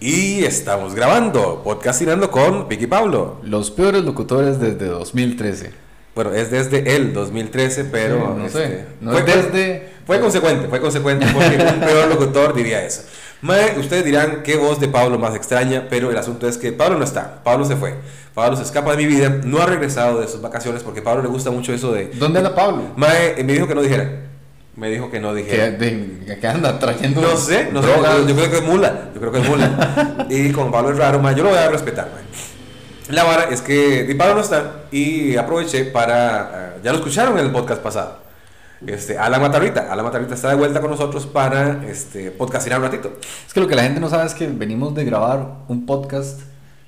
Y estamos grabando Podcast Tirando con Vicky Pablo. Los peores locutores desde 2013. Bueno, es desde el 2013, pero. este, Sí, no sé, no fue, es desde- fue consecuente, fue consecuente, porque un peor locutor diría eso. Mae, ustedes dirán qué voz de Pablo más extraña, pero el asunto es que Pablo no está, Pablo se fue. Pablo se escapa de mi vida, no ha regresado de sus vacaciones porque a Pablo le gusta mucho eso de. ¿Dónde anda Pablo? Mae, eh, me dijo que no dijera. Me dijo que no ¿Qué, dijera. de- qué anda trayendo? Eh. No sé, no sé. drogas? Yo creo que es mula. Yo creo que es mula. y con Pablo es raro, mae, yo lo voy a respetar, mae. La vara es que mi Pablo no está y aproveché para. eh, ya lo escucharon en el podcast pasado. Este, Alan Matarrita. Alan Matarrita está de vuelta con nosotros para este, podcastinar un ratito. Es que lo que la gente no sabe es que venimos de grabar un podcast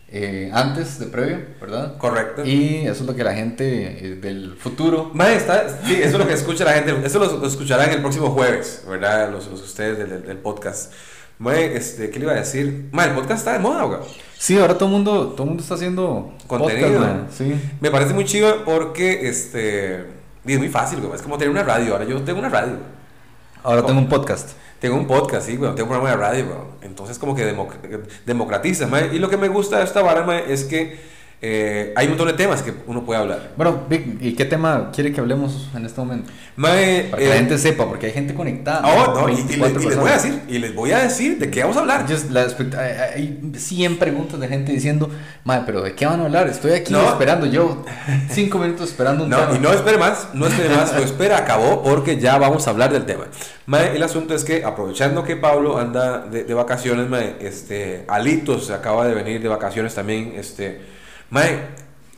eh, antes de previo, ¿verdad? Correcto. Y eso es lo que la gente eh, del futuro. Mae, está, sí, eso es lo que escucha la gente. Eso lo, lo escucharán el próximo jueves, ¿verdad? Los, los ustedes del, del- del podcast. Mae, este, ¿qué le iba a decir? Mae, el podcast está de moda, güey. Sí, ahora todo el mundo, todo el mundo está haciendo Contenido. podcast, man. sí. Me parece muy chiva porque este, y es muy fácil, güey. Es como tener una radio. Ahora yo tengo una radio. Ahora tengo un podcast. Tengo un podcast, sí, güey. Tengo un programa de radio, güey. Entonces, como que democ- democratiza, mae. Y lo que me gusta de esta vara, mae, es que eh, hay un montón de temas que uno puede hablar. Bueno, Vic, ¿y qué tema quiere que hablemos en este momento? Mae, Para que la eh, gente sepa, porque hay gente conectada. ah, ¿no? oh, no, y, y le- y 24 les voy a personas. decir, y les voy a decir de qué vamos a hablar. Yo- la expect- hay- hay 100 preguntas de gente diciendo, madre, pero ¿de qué van a hablar? Estoy aquí No. esperando yo 5 minutos esperando un No, tema". y no espere más, no espere más, lo espera, acabó, porque ya vamos a hablar del tema. Mae, el asunto es que, aprovechando que Pablo anda de, de vacaciones, mae, este, Alitos acaba de venir de vacaciones también, este, mae,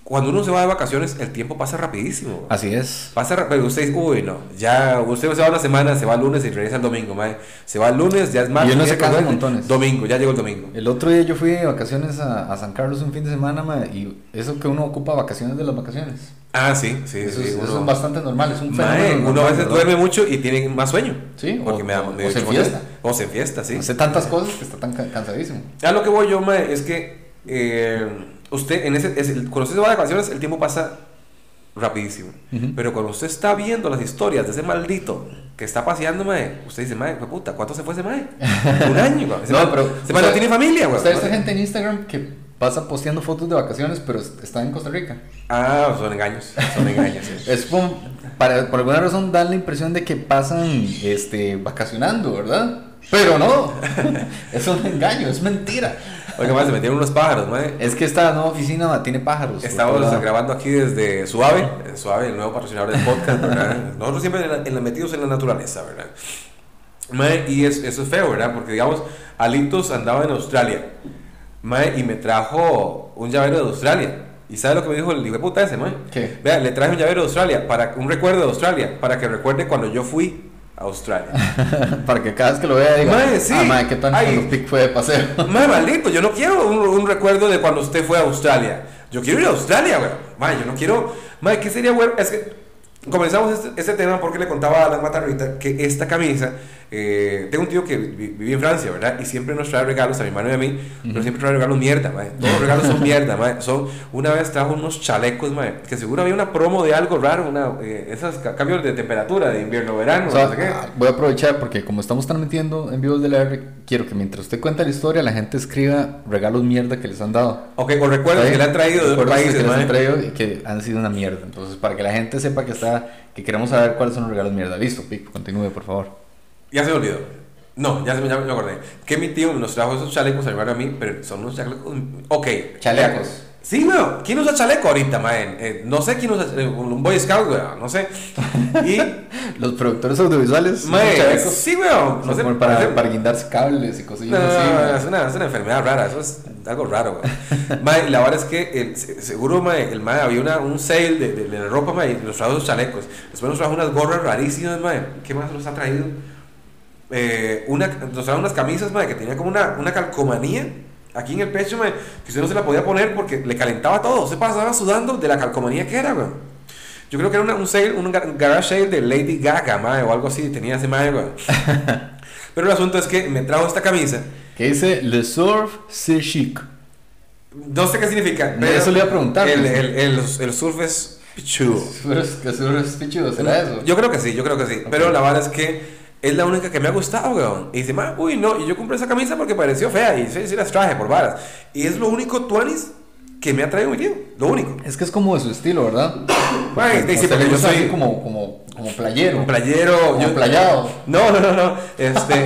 cuando uno se va de vacaciones, el tiempo pasa rapidísimo. Así es. Pasa rápido, usted dice, uy, no, ya, usted se va una semana, se va el lunes y regresa el domingo, mae. Se va el lunes, ya es martes. uno se miércoles, cansa jueves, montones. Domingo, ya llegó el domingo. El otro día yo fui de vacaciones a, a San Carlos un fin de semana, madre, y eso que uno ocupa vacaciones de las vacaciones. Ah, sí, sí, eso, sí. es, eso uno- es bastante normal, es un Mae, uno fenómeno. a normal, veces ¿verdad? duerme mucho y tiene más sueño. Sí, porque o- me da o- me o da se mucho sueño. enfiesta. O se enfiesta, sí. Hace tantas cosas que está tan ca- cansadísimo. A lo que voy yo, mae, es que eh, usted, en ese, es el- cuando usted se va de vacaciones, el tiempo pasa rapidísimo. Ujú. Pero cuando usted está viendo las historias de ese maldito que está paseando, mae, usted dice, mae, qué puta, ¿cuánto se fue ese mae? Un año, güey. Ese No, mae- pero- ese mae no usted- tiene familia, güey. Usted esta gente en Instagram que pasa posteando fotos de vacaciones, pero es- está en Costa Rica. Ah, son engaños. Son engaños. sí. Es como, para, por alguna razón dan la impresión de que pasan este, vacacionando, ¿verdad? Pero no, es un engaño, es mentira. Oiga, mae, se metieron unos pájaros, mae. Es que esta nueva oficina ma, tiene pájaros. por Estamos todo lado. grabando aquí desde Suave, eh, Suave, el nuevo patrocinador del podcast, ¿verdad? Nosotros siempre en la- en la- metidos en la naturaleza, ¿verdad? Mae, y es- eso es feo, ¿verdad? Porque, digamos, Alitos andaba en Australia, mae, y me trajo un llavero de Australia. ¿Y sabe lo que me dijo el hijo de puta ese, mae? ¿Qué? Vea, le traje un llavero de Australia, para, un recuerdo de Australia, para que recuerde cuando yo fui a Australia. Para que cada vez que lo vea diga, Mae, sí. ah, mae, qué tan Ay. cuando Pic fue de paseo. Mae, maldito, pues yo no quiero un, un recuerdo de cuando usted fue a Australia. Yo quiero ir a Australia, güey. Mae, yo no quiero. Mae, ¿qué sería, güey? Es que comenzamos este, este tema porque le contaba a Alan Matarrita que esta camisa. eh, tengo un tío que vi- vive en Francia, ¿verdad? Y siempre nos trae regalos a mi hermano y a mí, pero siempre trae regalos mierda, mae. Todos los regalos son mierda, mae. Son, una vez trajo unos chalecos, mae, que seguro había una promo de algo raro, una, eh, esas ca- cambios de temperatura, de invierno, verano, O sea, no sé qué. voy a aprovechar porque como estamos transmitiendo en vivos de la R, quiero que mientras usted cuenta la historia, la gente escriba regalos mierda que les han dado. Ok, o recuerdos Está que bien. le han traído de otros Recuerdos que países, les han mae. traído y que han sido una mierda. Entonces, para que la gente sepa que está, que queremos saber cuáles son los regalos mierda. Listo, Pic, continúe, por favor. Ya se me olvidó. No, ya, se, me- ya me acordé. Que mi tío nos trajo esos chalecos a mi hermano y a mí, pero son unos chalecos. Ok. Chalecos. Sí, weón. ¿Quién usa chaleco ahorita, mae? Eh, no sé quién usa chaleco. Un Boy Scout, weón. No sé. Y, Los productores audiovisuales. mae, muchas veces, sí, weón. No son sé. como para, parece- para guindarse cables y no, cosillas no, así. no, ¿no? es una, es una enfermedad rara, eso es algo raro, güey. Mae, la verdad es que el- se- seguro, mae, el mae, había una, un sale de, de, de la ropa, mae, y nos trajo los chalecos. Después nos trajo unas gorras rarísimas, mae. ¿Qué más nos ha traído? Eh, una, nos trajo unas camisas, mae, que tenía como una, una calcomanía aquí en el pecho, mae, que usted no se la podía poner porque le calentaba todo. Se pasaba sudando de la calcomanía que era, güey. Yo creo que era una- un sale, un gar- garage sale de Lady Gaga, mae, o algo así, tenía ese mae, güey. Pero el asunto es que me trajo esta camisa. Que dice Le Surf C'est Chic. No sé qué significa. No, eso le iba a preguntar. El, el, el, el surf es pichu. Pero es que surf es pichudo, será eso? Yo creo que sí, yo creo que sí. Pero la verdad es que es la única que me ha gustado, weón. Y dice, ma, uy, no, y yo compré esa camisa porque pareció fea y sí, sí las traje por varas. Y es lo único tuanis que me ha traído mi tío, lo único. Es que es como de su estilo, ¿verdad? Mae, Porque, sí, Pues, o sea, porque le yo gusta soy- así como, como, como playero. Un playero, Como playado. No, no, no, no. Este,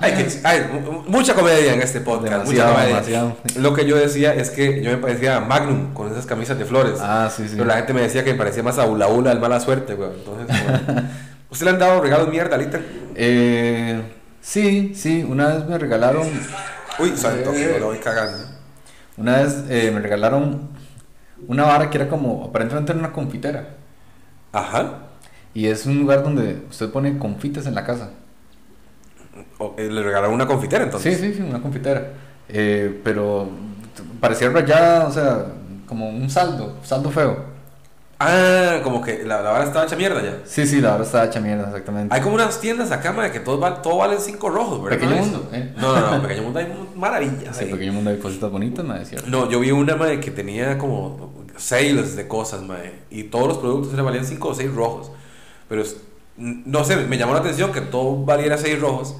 hay que- hay mu- mucha comedia en este podcast. Demasiado, mucha comedia. demasiado. Lo que yo decía es que yo me parecía a Magnum con esas camisas de flores. Ah, sí, sí. Pero la gente me decía que me parecía más a Ula Ula, el mala suerte, güey. Entonces, bueno. ¿Usted le han dado regalos mierda, Lita? Eh, sí, sí, una vez me regalaron, Uy, santo, que lo voy cagando. una vez eh, me regalaron una vara que era como, aparentemente era una confitera. Ajá. Y es un lugar donde usted pone confites en la casa. O- eh, le regalaron una confitera, entonces. Sí, sí, sí, una confitera. Eh, pero parecía rayada, o sea, como un saldo, saldo feo. Ah, como que la, la vara estaba hecha mierda ya. Sí, sí, la vara estaba hecha mierda, exactamente. Hay como unas tiendas acá, madre, que todo, va- todo valen cinco rojos, ¿verdad? Pequeño ¿No has mundo, visto? ¿eh? No, no, no, Pequeño Mundo hay maravillas. Sí, ahí. pequeño mundo de cositas bonitas, me decía. No, yo vi una madre que tenía como sales de cosas, madre. Y todos los productos le valían 5 o 6 rojos. Pero es- n- no sé, me llamó la atención que todo valiera 6 rojos.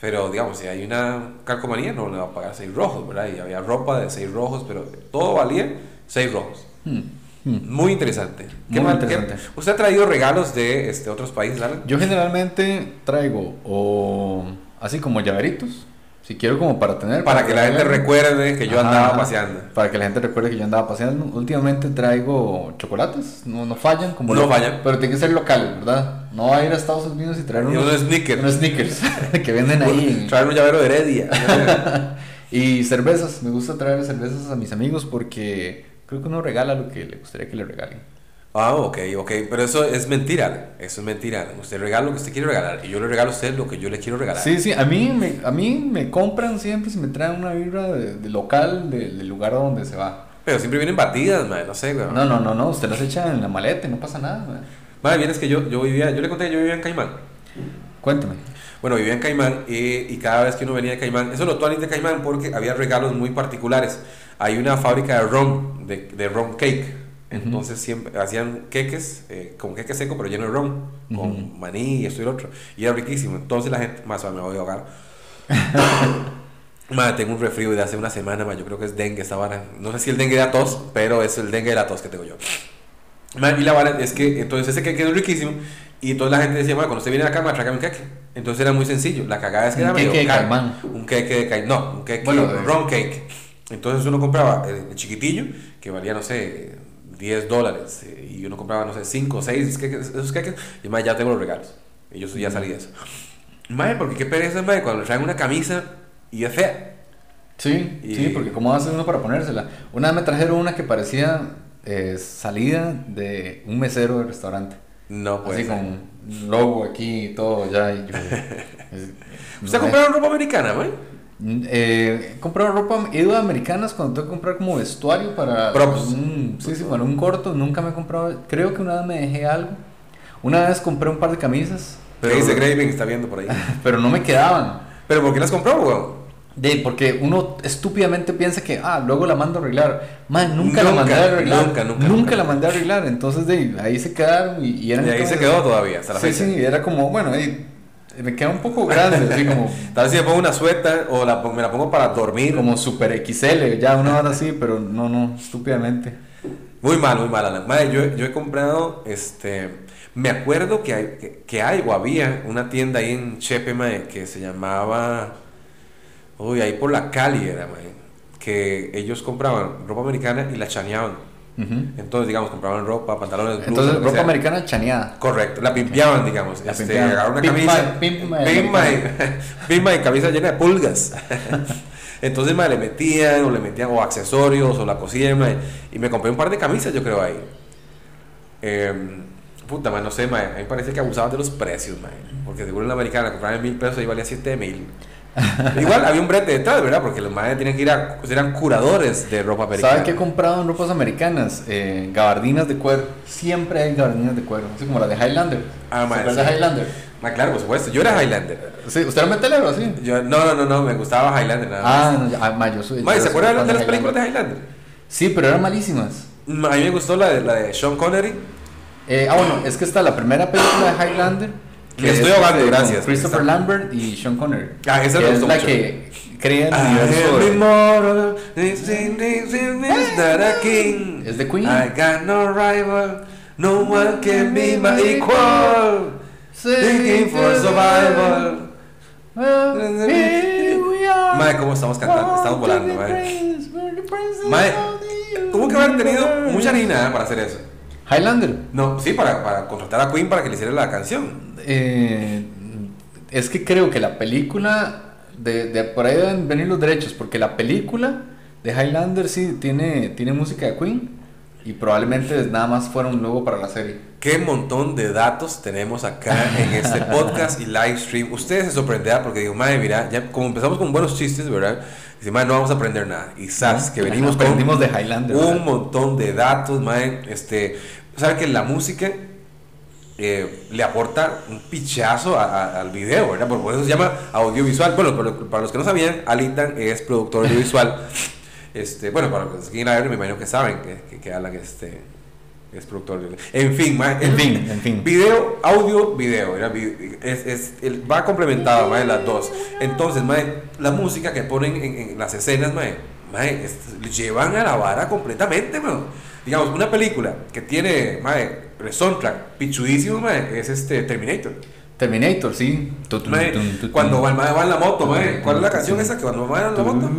Pero digamos, si hay una calcomanía, no le va a pagar 6 rojos, ¿verdad? Y había ropa de 6 rojos, pero todo valía 6 rojos. Hmm, hmm. Muy interesante. Muy mal- interesante. ¿Usted ha traído regalos de este, otros países, Alan? Yo generalmente traigo o así como llaveritos, si quiero como para tener. Para que la gente recuerde que yo Ajá, andaba ajá. paseando. Para que la gente recuerde que yo andaba paseando. Últimamente traigo chocolates, no, no fallan. Como No lo- fallan. Pero tiene que ser local, ¿verdad? No va a ir a Estados Unidos y traer Y unos, unos Snickers. unos sneakers que venden ahí. Traer un llavero de heredia. y cervezas, me gusta traer cervezas a mis amigos porque creo que uno regala lo que le gustaría que le regalen. Ah, ok, ok, pero eso es mentira, Alan. eso es mentira. Alan. Usted regala lo que usted quiere regalar y yo le regalo a usted lo que yo le quiero regalar. Sí, sí, a mí me, a mí me compran siempre si me traen una vibra de, de local de- del lugar a donde se va. Pero siempre vienen batidas, madre, no sé, güey. No, no, no, no, usted las echa en la maleta y no pasa nada. man. Madre, bien es que yo, yo vivía, yo le conté que yo vivía en Caimán. Cuénteme. Bueno, vivía en Caimán eh, y cada vez que uno venía de Caimán, eso lo tuanis de Caimán porque había regalos muy particulares. Hay una fábrica de ron, de, de ron cake. Entonces siempre hacían queques, eh, con queque seco, pero lleno de ron, con Ujú. maní y esto y lo otro. Y era riquísimo. Entonces la gente, más o menos, me voy a ahogar. Madre, tengo un refrío de hace una semana, madre, yo creo que es dengue esta vara. No sé si el dengue da tos, pero es el dengue de la tos que tengo yo. Madre, y la vara es que, entonces ese queque es riquísimo. Y toda la gente decía, madre, cuando usted viene acá, madre, tráigame un queque. Entonces era muy sencillo. La cagada es que Un era medio queque de caro. caimán. Un queque de caimán. No, un queque, Bueno, un de- rum cake. Entonces uno compraba el, el chiquitillo, que valía, no sé, 10 dólares. eh, Y uno compraba, no sé, 5 o 6 esos queques. Y madre, ya tengo los regalos. Y yo ya salí de eso. Madre, porque qué pereza, madre, cuando le traen una camisa y es fea. Sí, Y- sí, porque ¿cómo hace uno para ponérsela? Una vez me trajeron una que parecía eh, salida de un mesero de restaurante. No, pues. Así con logo aquí y todo, ya. Y yo, es- no ¿Usted sé. compraron ropa americana, güey? Eh, he comprado ropa, he ido a americanas cuando tengo que comprar como vestuario para Props. un, sí, sí, para un corto, nunca me he comprado, creo que una vez me dejé algo, una vez compré un par de camisas, Pero pero, dice Graven está viendo por ahí. pero no me quedaban, ¿Pero por qué las compró, güey? de, porque uno estúpidamente piensa que, ah, luego la mando a arreglar, man, nunca, la Nunca, mandé a arreglar, nunca, nunca, nunca, nunca. la mandé a arreglar, entonces de ahí se quedaron y, y eran Y ahí se camisas- quedó todavía, hasta la sí, fecha. sí, era como, bueno, ahí, me queda un poco grande, así como... Tal vez si me pongo una sueta o la, me la pongo para dormir. Como super XL, ya una hora así, pero no, no, estúpidamente. Muy mal, muy mal, Alan. Madre, yo, yo he comprado, este... Me acuerdo que hay, que, que hay o había una tienda ahí en Chepe, madre, que se llamaba... Uy, ahí por la Cali era, madre. Que ellos compraban ropa americana y la chaneaban. Entonces, digamos, compraban ropa, pantalones, blusas, Entonces, lo que ropa sea. americana chaneada. Correcto, la pimpeaban, digamos. La este, pimpeaban. agarraron una Pimp camisa. my- pimp my- pimp my- pimp my camisa llena de pulgas. Entonces, madre, le metían, o le metían, o accesorios, o la cosían, madre, Y me compré un par de camisas, yo creo, ahí. Em, puta, madre, no sé, madre. A mí me parece que abusaban de los precios, madre. Porque seguro en la americana compraban en mil pesos y valía siete mil. Igual había un brete detrás, ¿verdad? Porque los madres tienen que ir a. eran curadores de ropa americana. ¿Saben qué he comprado en ropas americanas? Eh, gabardinas de cuero. Siempre hay gabardinas de cuero. Así como la de Highlander. Ah, madre, ¿Se acuerda sí. de Highlander? Madre, claro, por supuesto. Yo era Highlander. Sí, ¿Usted era metalero así? Yo, no, no, no, no, me gustaba Highlander nada más. Ah, no, ya- ah, ma, yo soy. Mae, yo ¿se soy acuerdan de, fan las películas de Highlander. Highlander? Sí, pero eran malísimas. Mm, A mí me gustó la de, la de Sean Connery. Eh, ah, bueno, es que está la primera película de Highlander. Me estoy ahogando, con gracias. Christopher Está- Lambert y Sean Connery. Ah, esa que me es gustó la mucho. que crea el Ah, universo every de- mortal is in this universe that I king. Es de Queen. I got no rival, no one can be my equal. Thinking for survival. Well, here we are. Mae, ¿cómo estamos cantando? Estamos volando, mae. Mae, Mae, Tuvo que haber tenido mucha harina eh, para hacer eso. Highlander. No, sí, para, para contratar a Queen para que le hiciera la canción. Eh, es que creo que la película. De, de por ahí deben venir los derechos. Porque la película de Highlander sí tiene, tiene música de Queen. Y probablemente nada más fuera un logo para la serie. Qué montón de datos tenemos acá en este podcast y live stream. Ustedes se sorprenderán porque digo, madre, mira, ya como empezamos con buenos chistes, ¿verdad? Dice, madre, no vamos a aprender nada. Y sabes que venimos con Aprendimos de Highlander. un ¿verdad? montón de datos, mae. Este, saben que la música eh, le aporta un pichazo a- a- al video, ¿verdad? Por, por eso se llama audiovisual. Bueno, para, para los que no sabían, Alitan es productor audiovisual. Este, bueno, para los que quieran ver, me imagino que saben que, que, que Alan este, es productor. audiovisual. En fin, mae, En fin, en fin. Video, audio, video. era vi- es- es- el- va complementado, mae, las dos. Entonces, mae, la música que ponen en, en las escenas, mae, mae, es- llevan a la vara completamente, weón. Digamos, una película que tiene, mae, el soundtrack pichudísimo, mae, es este Terminator. Terminator, sí. Tu, tu, Mae, tu, tu, tu. cuando va, el mae va en la moto, mae, ¿cuál es la canción esa que cuando va en la moto?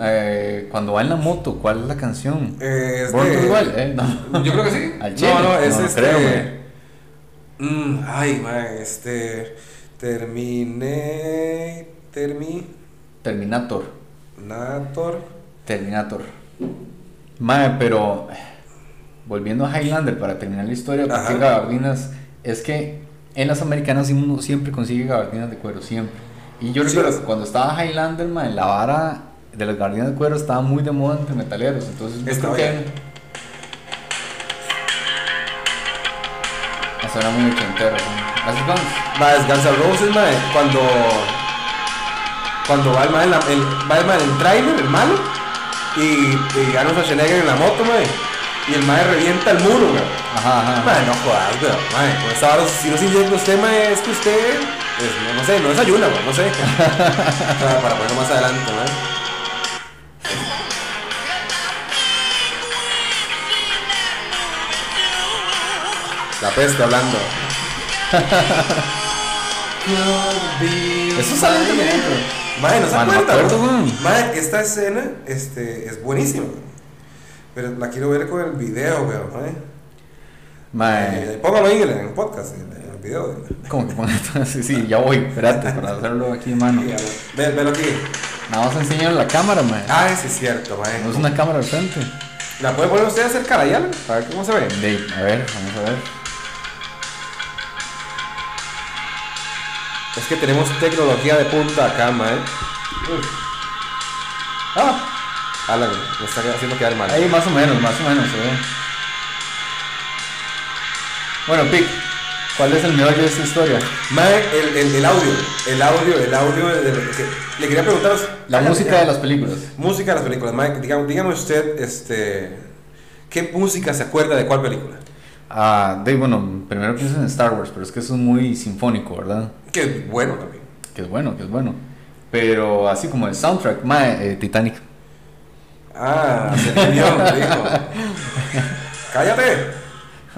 Eh, cuando va en la moto, ¿cuál es la canción? Eh, este- Born to be Wild, eh, no. Yo creo que sí. Al chile. No, no, es No, este. creo, mae. Mm, ay, mae, este. Terminé. Terminator. Terminator. Terminator. Madre, pero volviendo a Highlander para terminar la historia, ¿por qué Ajá. gabardinas? Es que en las americanas uno siempre consigue gabardinas de cuero, siempre. Y yo Sí, recuerdo las- que cuando estaba Highlander, madre, la vara de las gabardinas de cuero estaba muy de moda entre metaleros. Entonces, yo Estaba creo que. bien. Me suena muy ochentero. ¿sí? Así vamos. Más Guns N' Roses, mae, cuando. Cuando va el mae en, la, el, va el, mae en el trailer, el malo. Y, y Arnold Schwarzenegger en la moto, mae. Y el mae revienta el muro, mae. Ajá, ajá. Mae, no jodas, weón. Mae, con esta vara, si no se inyecta usted, mae, es que usted. pues, no, no sé, no desayuna, weón, no sé. O sea, para ponerlo más adelante, mae. La peste hablando. Eso sale en Terminator. Mae, no se Mae, no me acuerda, acuerdo, weón. weón. Mae, esta escena este, es buenísima. weón. Pero la quiero ver con el video, ¿eh? weón. mae. Mae, Eh, Póngalo ahí en el podcast, en el video. de- ¿Cómo que pone esto? Sí, sí, ya voy, espérate, para hacerlo aquí, mano. Ve, velo aquí. Nada más enseñar la cámara, mae. Ah, sí es cierto, mae. No es una cámara al frente. ¿La puede poner usted cerca a la Yala? A ver cómo se ve. De- a ver, vamos a ver. Es que tenemos tecnología de punta acá, mae. Ah, Alan, me está haciendo quedar mal. ahí más o menos, más o menos se ve. Bueno, Pic, ¿cuál es el meollo de esta historia? Mae, el, el, el audio, el audio, el audio. de lo que- le quería preguntar. La música de las películas. Música de las películas, mae. Dígame, dígame usted, este. ¿Qué música se acuerda de cuál película? Ah, de, bueno, primero pienso en Star Wars, pero es que eso es muy sinfónico, ¿verdad? Que es bueno también. Que es bueno, que es bueno. Pero así como el soundtrack, mae, eh, Titanic. Ah, se entendió, dijo. Cállate.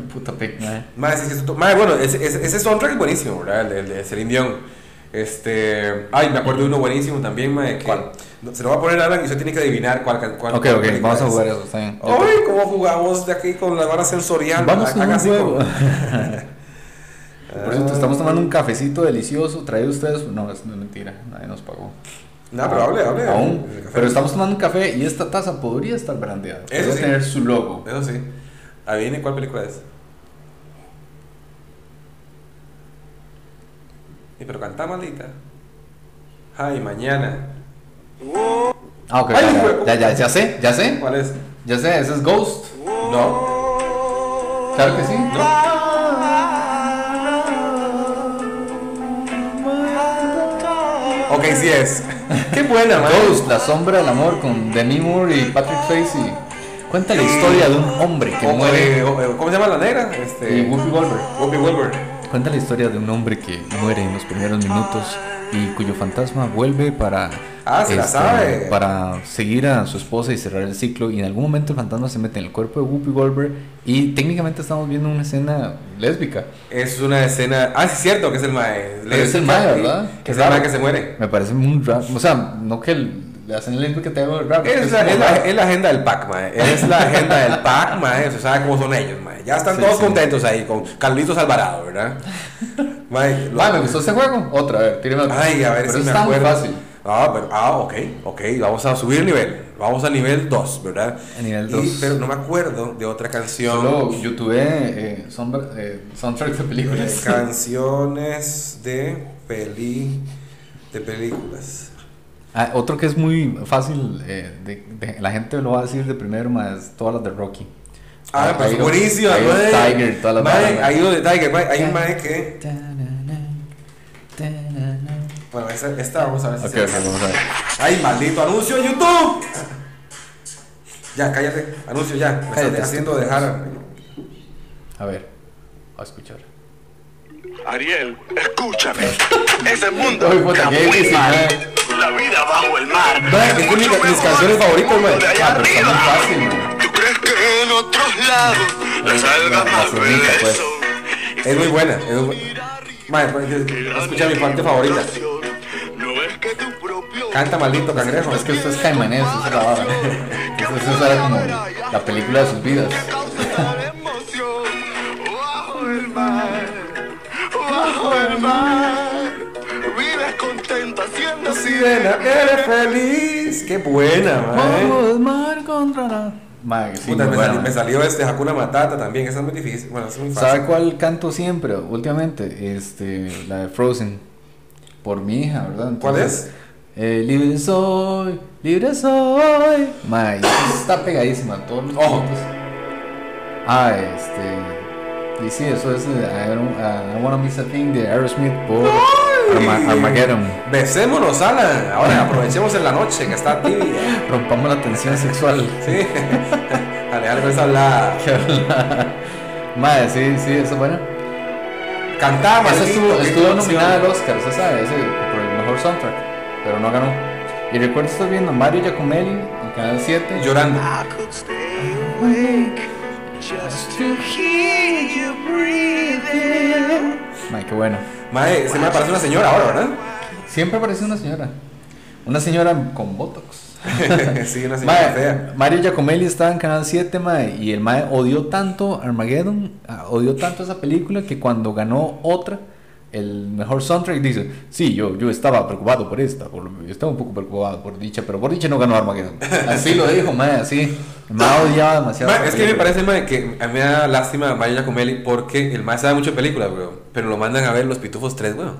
Puta Pic, mae. Mae, sí, sí, es un to- mae, bueno, ese, ese, ese soundtrack es buenísimo, ¿verdad? El, el de Celine Dion. Este. Ay, me acuerdo de uno buenísimo también, mae. que- ¿Cuál? no, se lo va a poner Alan y usted tiene que adivinar cuál. can- cuál Ok, cuál ok, película vamos a es. jugar eso, está bien. Ay, cómo jugamos de aquí con la vara sensorial. Vamos acá a un casi juego. Ah. como- Por cierto, estamos tomando un cafecito delicioso. Traído ustedes. No, es no es mentira. Nadie nos pagó. No, pero hable, hable. Aún. Café. Pero estamos tomando un café y esta taza podría estar brandeada. Eso Podría sí. tener su logo. Eso sí. Adivine cuál película es. Y pero canta maldita. Ay, mañana. Ah, ok. Ay, ya, huevo. ya, ya, ya sé, ya sé. ¿Cuál es? Ya sé, ese es Ghost. No. Claro que sí. Ok, sí es. Qué buena, mae. Ghost, la sombra del amor con Demi Moore y Patrick Swayze. Cuenta la historia de un hombre que O- muere. eh, o- eh, ¿Cómo se llama la negra? Y Este. Whoopi Goldberg. Whoopi Wilbur. Cuenta la historia de un hombre que muere en los primeros minutos y cuyo fantasma vuelve para, este, Ah, se la sabe. para seguir a su esposa y cerrar el ciclo. Y en algún momento el fantasma se mete en el cuerpo de Whoopi Goldberg y técnicamente estamos viendo una escena lésbica. Es una escena. Ah, sí, es cierto que es el Mae. Pero es el mae, ¿verdad? Que es el Mae que se muere. Me parece muy raro. O sea, no que el- la escena lésbica te haga raro. Es la, es la- es la agenda del PAC, mae. Es la agenda del PAC, mae. Se sabe cómo son ellos, mae. Ya están Sí, todos sí. contentos ahí con Carlitos Alvarado, ¿verdad? Mae, lo- Ah, me gustó ese juego. Otra, a ver, tíreme otra. Ay, a ver Pero si me está muy acuerdo. fácil. Ah, pero, ah, ok, ok. Vamos a subir nivel. Vamos a nivel 2, ¿verdad? A nivel Y- dos. Pero no me acuerdo de otra canción. Solo YouTube eh, sombra- eh, soundtracks de Eh, películas. canciones de peli de películas. Ah, otro que es muy fácil, eh, de- de- la gente lo va a decir de primero, más todas las de Rocky. Ah, Ah, pero Eye son of- buenísimas, Eye of mae. Tiger, todas las Mae, bandas. Eye of the Tiger, mae. Hay un mae que. Bueno, esa- esta vamos a ver si Ok, se- ok, vamos a ver. ¡Ay, maldito anuncio en YouTube! Ya, cállate, anuncio ya. Me Cállate. estás haciendo dejar. A ver, a escuchar. Ariel, escúchame. Ese mundo Ay, puta, está qué muy difícil, mal. eh. La vida bajo el mar. Mae, es una de mis canciones favoritas, mae. De allá Ah, pero está muy arriba. fácil, man. ¿Tú crees que en otros lados las La- algas la más formita, verdes pues. son? Es muy buena. Es muy... Mae, pues, escucha mi parte favorita. No es que tu propio Canta maldito cangrejo. Es que usted es caimanés, esa es la vara. Eso eso era como la película de sus vidas. causa tal emoción. Bajo el mar, bajo el mar. Vives contenta siendo Sirena, eres feliz. Qué buena, mae. mar contra la... Madre, sí, Puta, muy me, buena, sali- man. me salió este Hakuna Matata también. Esa es muy difícil. Bueno, esa es muy fácil. ¿Sabe cuál canto siempre, últimamente? Este, la de Frozen. Por mi hija, ¿verdad? ¿Cuál Entonces, es? eh, libre soy, libre soy. Mae, esa está pegadísima. a Todos los Ojo. cantos. Ah, este. Y sí, eso es eh, I, don't, uh, I Wanna Miss a Thing de Aerosmith por Arma- Armageddon. Besémonos, Alan. Ahora aprovechemos en la noche que está tibia. Rompamos la tensión sexual. Sí. Alejandro es hablada. Mae, sí, sí, eso es bueno. Cantaba, Esa maldito, estuvo, qué estuvo canción. nominada al Oscar, usted sabe, ese, por el mejor soundtrack, pero no ganó. Y recuerdo estar viendo a Mario Giacomelli en Canal 7. Llorando. I could stay awake just to hear you breathing. Ay, qué bueno. Mae, se me parece una señora ahora, ¿verdad? Siempre aparece una señora. Una señora con botox. sí, una señora Mae, fea. Mario Giacomelli estaba en Canal 7, mae, y el mae odió tanto Armageddon, ah, odió tanto esa película que cuando ganó otra, el mejor soundtrack, dice, sí, yo, yo estaba preocupado por esta, por- estaba un poco preocupado por dicha, pero por dicha no ganó Armageddon. Así lo dijo, mae, así. El mae odiaba demasiado. Mae, esa es que me película. parece, mae, que a mí me da lástima Mario Giacomelli porque el mae sabe mucho de películas, weón. Pero lo mandan a ver Los Pitufos 3, weón.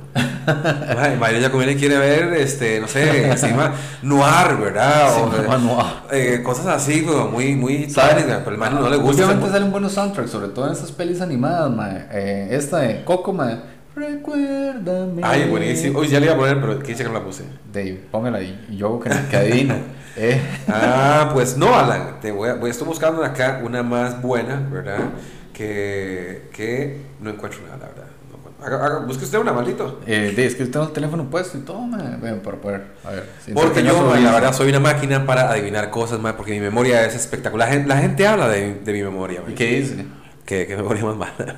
Mae, Mario Giacomelli quiere ver, este, no sé, encima Noir, ¿verdad? O, Sí, eh, no, no. eh, cosas así, weón, muy, muy ¿Sabe? tales, weón, pero el mae no le gusta. Últimamente esa- salen buenos soundtracks, sobre todo en esas pelis animadas, mae. Eh, esta de Coco, mae. Recuérdame. Ay, buenísimo. Uy, ya le iba a poner, pero qué dice que no la puse. De, póngala y y yo hago que, que adivino. Eh, Ah, pues no, Alan. Te voy a- voy- estoy buscando acá una más buena, ¿verdad? Que, que no encuentro nada, la verdad. No encuentro- haga- haga- busque usted una, maldito. eh, de, es que tengo el teléfono puesto y todo, mae. Ven, para poder. A ver. si Porque entretengo yo, a su man, la audiencia. verdad, soy una máquina para adivinar cosas, man, porque mi memoria es espectacular. La gen- La gente, habla de, de mi memoria, man. ¿Y qué dice? Que, que memoria más mala.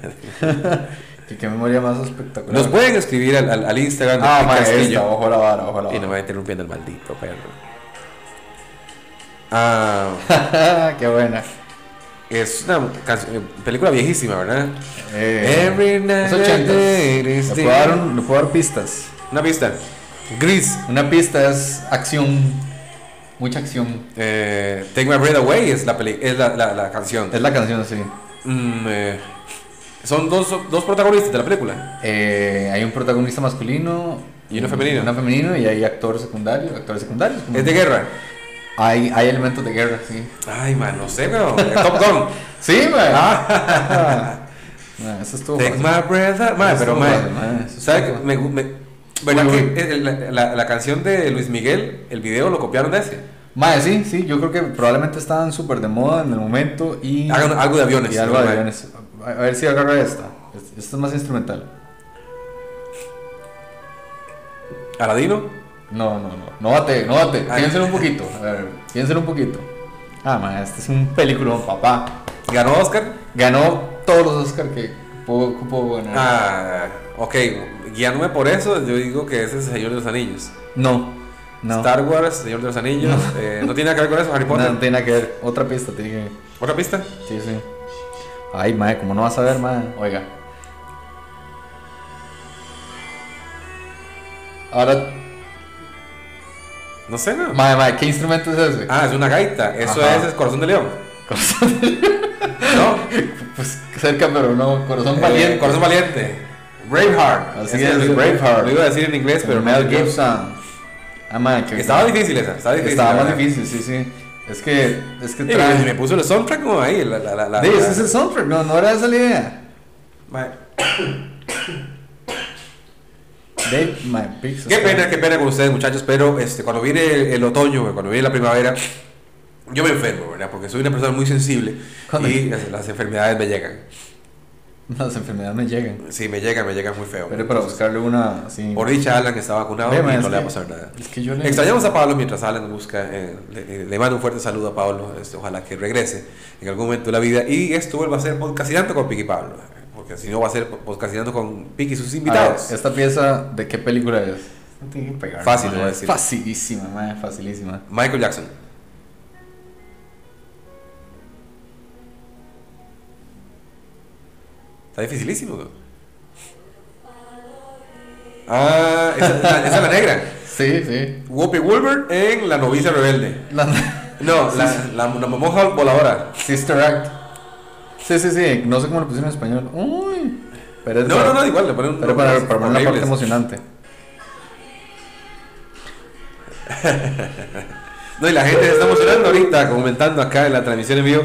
Que qué memoria más espectacular. Nos pueden escribir al, al- al Instagram de Ah, Kike mae, Castillo. esta, ojo la vara, ojo la Y no me vara. va interrumpiendo el maldito perro. Ah, qué buena. es una canción- película viejísima, ¿verdad? Eh, Every night los ochentas. I did Le puedo dar un- le puedo dar pistas. Una pista. Gris. Una pista es acción, mucha acción. Eh, Take My Breath Away es la, peli es la, la, la canción. Es la canción así. Mm, eh, son dos, dos protagonistas de la película. Eh, hay un protagonista masculino Y uno femenino. Una femenino y hay actor secundario, actores secundarios. como- Es de guerra. Hay, hay elementos de guerra, sí. Ay, man, no sé, pero. eh, Top Gun. Sí, güey. Ah. Ah. Nah, Ah, eso estuvo Take fácil. My Breath Away. Man, Eso pero, estuvo fácil, man. man, eso ¿Sabes estuvo qué? Me, gu- me- ¿Verdad Uy, que el- la, la- la canción de Luis Miguel, el video lo copiaron de ese? Mae, sí, sí, yo creo que probablemente estaban súper de moda en el momento y... Hagan algo de aviones, Y algo de mae. aviones. A a ver si agarra esta. Es- Esta es más instrumental. Aladino. No, no, no. No bate, no bate. Ay. Piénselo un poquito. A ver, piénselo un poquito. Ah, man, este es un peliculón, papá. ¿Ganó Oscar? Ganó todos los Oscar que pudo, pudo ganar. Ah, ok. Guiándome por eso, yo digo que ese es el Señor de los Anillos. No, no. Star Wars, Señor de los Anillos. eh, No, tiene nada que ver con eso, Harry No, Potter. no tiene nada que ver. Otra pista tiene que ver. ¿Otra pista? Sí, sí. Ay, madre, como no vas a ver, madre. Oiga. Ahora, No sé, no. madre, madre, ¿qué instrumento es ese? Ah, es una gaita. Eso Ajá. es el corazón de león. Corazón. No. Pues cerca, pero no. Corazón Eh, valiente. Corazón valiente. Braveheart. Así Ese es, Braveheart. Lo iba a decir en inglés, pero Pero Mel Gibson. Ah, madre, que Estaba difícil esa. Estaba difícil. Estaba la más verdad. difícil, sí, sí. Es que, es que Sí, trae. me- me puso el soundtrack como ahí. La, la, la, la- Sí, ese es el soundtrack, no, no era esa la idea. Mae. Dave, my pixel. Qué pena, qué pena con ustedes, muchachos, pero este, cuando viene el, el otoño, güey, cuando viene la primavera, yo me enfermo, ¿verdad? Porque soy una persona muy sensible ¿Cuándo? y las, las enfermedades me llegan. Las enfermedades me llegan. Sí, me llegan, me llegan muy feo. Pero para buscarle una así. Por dicha, Alan está vacunado Ve, mae, y no es le va a que- pasar nada. Es que yo le. Extrañamos a Pablo mientras Alan busca. eh, le, le mando un fuerte saludo a Pablo. este, ojalá que regrese en algún momento de la vida. Y esto vuelva a ser podcastinando con Piqui Pablo. eh, Porque si no, va a ser podcastinando con Piqui y sus A ver, invitados. Esta pieza, ¿de qué película es? No tiene que pegar. Fácil, mae. lo voy a decir. Facilísima, mae, facilísima. Michael Jackson. Está dificilísimo. güey. Ah, esa, esa- esa es la negra. Sí, sí. Whoopi Wolver en La novicia rebelde. La- No, la, la, la mamoja voladora. Sister Act. Sí, sí, sí. No sé cómo lo pusieron en español. Uy. Pero es No, para- no, no, igual le ponen Pero para, para poner la parte horribles. emocionante. No, y la gente se está emocionando ahorita, comentando acá en la transmisión en vivo.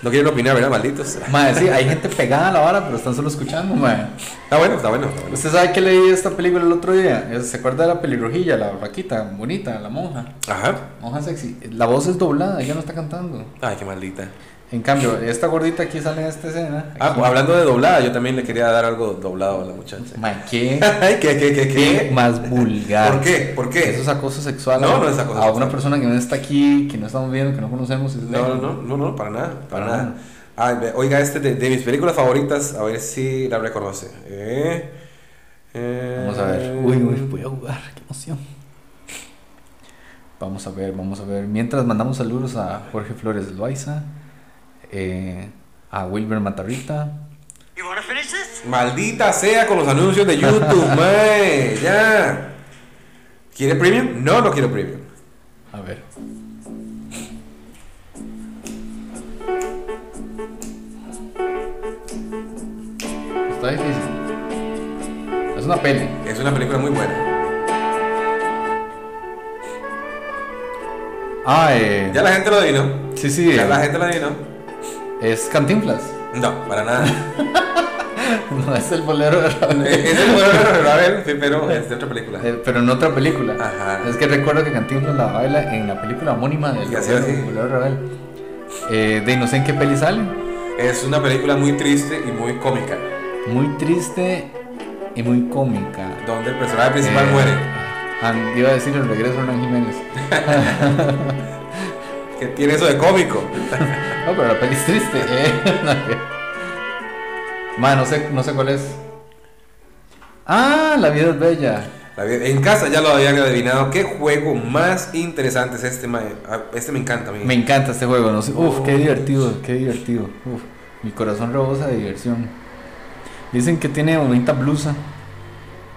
No quieren opinar, ¿verdad? Malditos. Mae, sí, hay gente pegada a la vara, pero están solo escuchando, mae. Está bueno, está bueno. Está bueno. ¿Usted sabe que leí esta película el otro día? Es- ¿Se acuerda de la pelirrojilla, la raquita, bonita, la monja? Ajá. Monja sexy. La voz es doblada, ella no está cantando. Ay, qué maldita. En cambio, esta gordita aquí sale en esta escena. Ah, aquí. pues, hablando de doblada, yo también le quería dar algo doblado a la muchacha. Mae, qué Ay, ¿qué, qué, qué, qué qué? más vulgar. ¿Por qué? ¿Por qué? Eso es acoso sexual. No, a- no es acoso A una sexual. persona que no está aquí, que no estamos viendo, que no conocemos. es No, no, lejos. no, no, no, para nada, para Para nada. nada. Ay, ve- oiga, este de, de mis películas favoritas, a ver si la reconoce. Eh, eh, Vamos a ver. Uy, uy, voy a jugar, qué emoción. Vamos a ver, vamos a ver. Mientras mandamos saludos a Jorge Flores Loaiza, eh, a Wilber Matarrita. You wanna finish this? Maldita sea con los anuncios de YouTube, mae, ya. ¿Quiere premium? No, no quiero premium. A ver. Está difícil. Es una peli. Es una película muy buena. Ah, eh, Ya la gente lo adivinó. sí, sí. Ya la eh, gente lo adivinó. Es Cantinflas. No, para nada. No, es el bolero de Ravel. es el bueno de Ravel, sí, pero es de otra película. Eh, pero en otra película. Ajá. Es que recuerdo que Cantinflas la baila en la película homónima del Y así, bolero- así. bolero Ravel. Eh, de no sé en qué peli sale. Es una película muy triste y muy cómica, Muy triste y muy cómica. donde el personaje principal Eh, muere. ah, iba a decir el regreso de Hernán Jiménez. que tiene eso de cómico. No, pero la peli es triste. Eh. Ma, no sé, no sé cuál es. Ah, la vida es bella. La vida- En casa ya lo habían adivinado. ¿Qué juego más interesante es este? mae? Ah, Este me encanta a mí. Me encanta este juego, no sé. Uf, qué divertido, qué divertido. Uf, mi corazón rebosa de diversión. Dicen que tiene bonita blusa.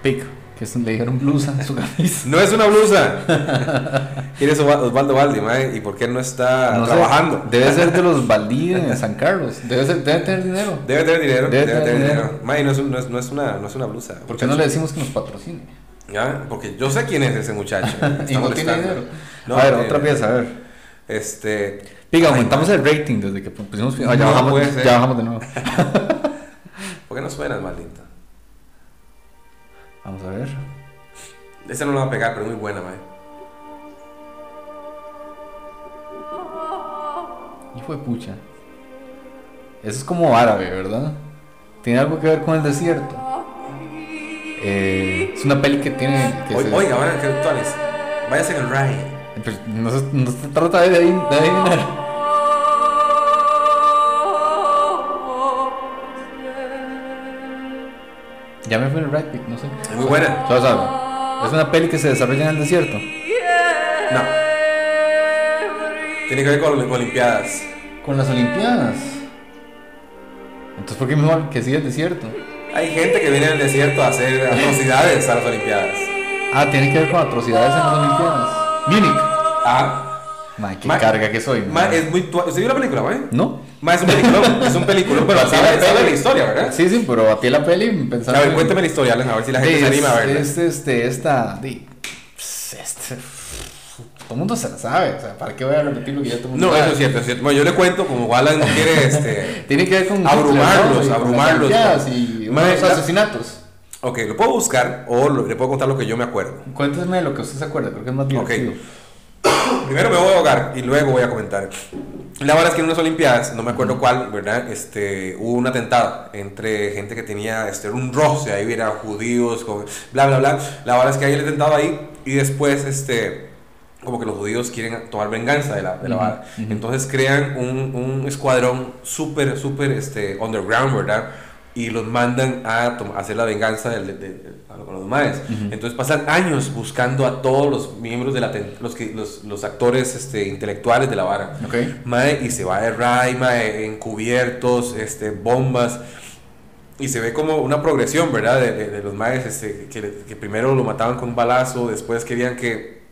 Pic, que es- le dijeron blusa en su camisa. No es una blusa. ¿Quién es Osva- Osvaldo Valdi, mae? ¿Y por qué no está No sé, trabajando? Debe ser de los Baldí de San Carlos. Debe, ser, debe tener dinero. Debe tener dinero. Debe, Debe tener tener dinero. dinero. Mae, no es, un- no es- no es una, no es una blusa. ¿Por qué no le decimos que nos patrocine? Ya, Porque yo sé quién es ese muchacho. Me está Y no tiene molestando. dinero. No, a ver, tiene otra dinero. pieza, a ver. Este. Piga, Ay, aumentamos el rating desde que pusimos fin- Ah, ya, No bajamos, puede ser. ya bajamos de nuevo. ¿Por qué no suena, maldita? Vamos a ver. Esa no la va a pegar, pero es muy buena, mae. Hijo de pucha. Eso es como árabe, ¿verdad? Tiene algo que ver con el desierto. Eh, es una peli que tiene. Que Oye, se- Oiga, ahora que actuales. Váyase en el Rai. Pues, no, se, no se trata de, adiv- de adivinar. Ya me fui en el right pick, no sé. Es muy buena. Solo sabe, Es una peli que se desarrolla en el desierto. No. Tiene que ver con con Olimpiadas. Con las Olimpiadas. Entonces, ¿por qué mejor que sí el desierto? Hay gente que viene del desierto a hacer atrocidades a las Olimpiadas. Ah, tiene que ver con atrocidades en las Olimpiadas. Múnich. Ah, Ma, qué Ma- carga que soy. ma, ma. es muy. tua- ¿Usted vio la película, güey? ¿No? Ma, es un peliculón, es un peliculón, pero Sí, sabe, la sabe la peli. historia, ¿verdad? Sí, sí, pero batí la peli pensando. ¿Eh? A ver, en- cuéntame la historia, Alan, a ver si la Sí, gente se es- anima a verla. Es este, esta. di- pues, este, todo el mundo se la sabe. O sea, ¿para qué voy a repetir lo que ya todo el mundo No, sabe? eso es cierto, es cierto. Bueno, yo le cuento, como Alan no quiere, este... Tiene que ver con. Abrumarlos, y con las abrumarlos. Olimpiadas Y Madre, unos la- asesinatos. Ok, lo puedo buscar o lo- le puedo contar lo que yo me acuerdo. Cuéntame lo que usted se acuerda, creo que es más Ok. divertido. Primero me voy a ahogar y luego voy a comentar. La verdad es que en unas Olimpiadas, no me acuerdo cuál, ¿verdad? Este, hubo un atentado entre gente que tenía este, un roce, ahí eran judíos, con, bla, bla, bla. La verdad es que hay el atentado ahí y después, este, como que los judíos quieren tomar venganza de la, de la Ujú, vara. ujú. Entonces crean un, un escuadrón súper, súper este, underground, ¿verdad? Y los mandan a, tom- a hacer la venganza del- de, de- a lo- con los maes. Entonces pasan años buscando a todos los miembros de la ten- los, que- los, los actores este, intelectuales de la vara. Ok. Mae, y se va de Rai, mae, encubiertos, este, bombas. Y se ve como una progresión, ¿verdad? De, de- de los maes este, que, que primero lo mataban con un balazo, después querían que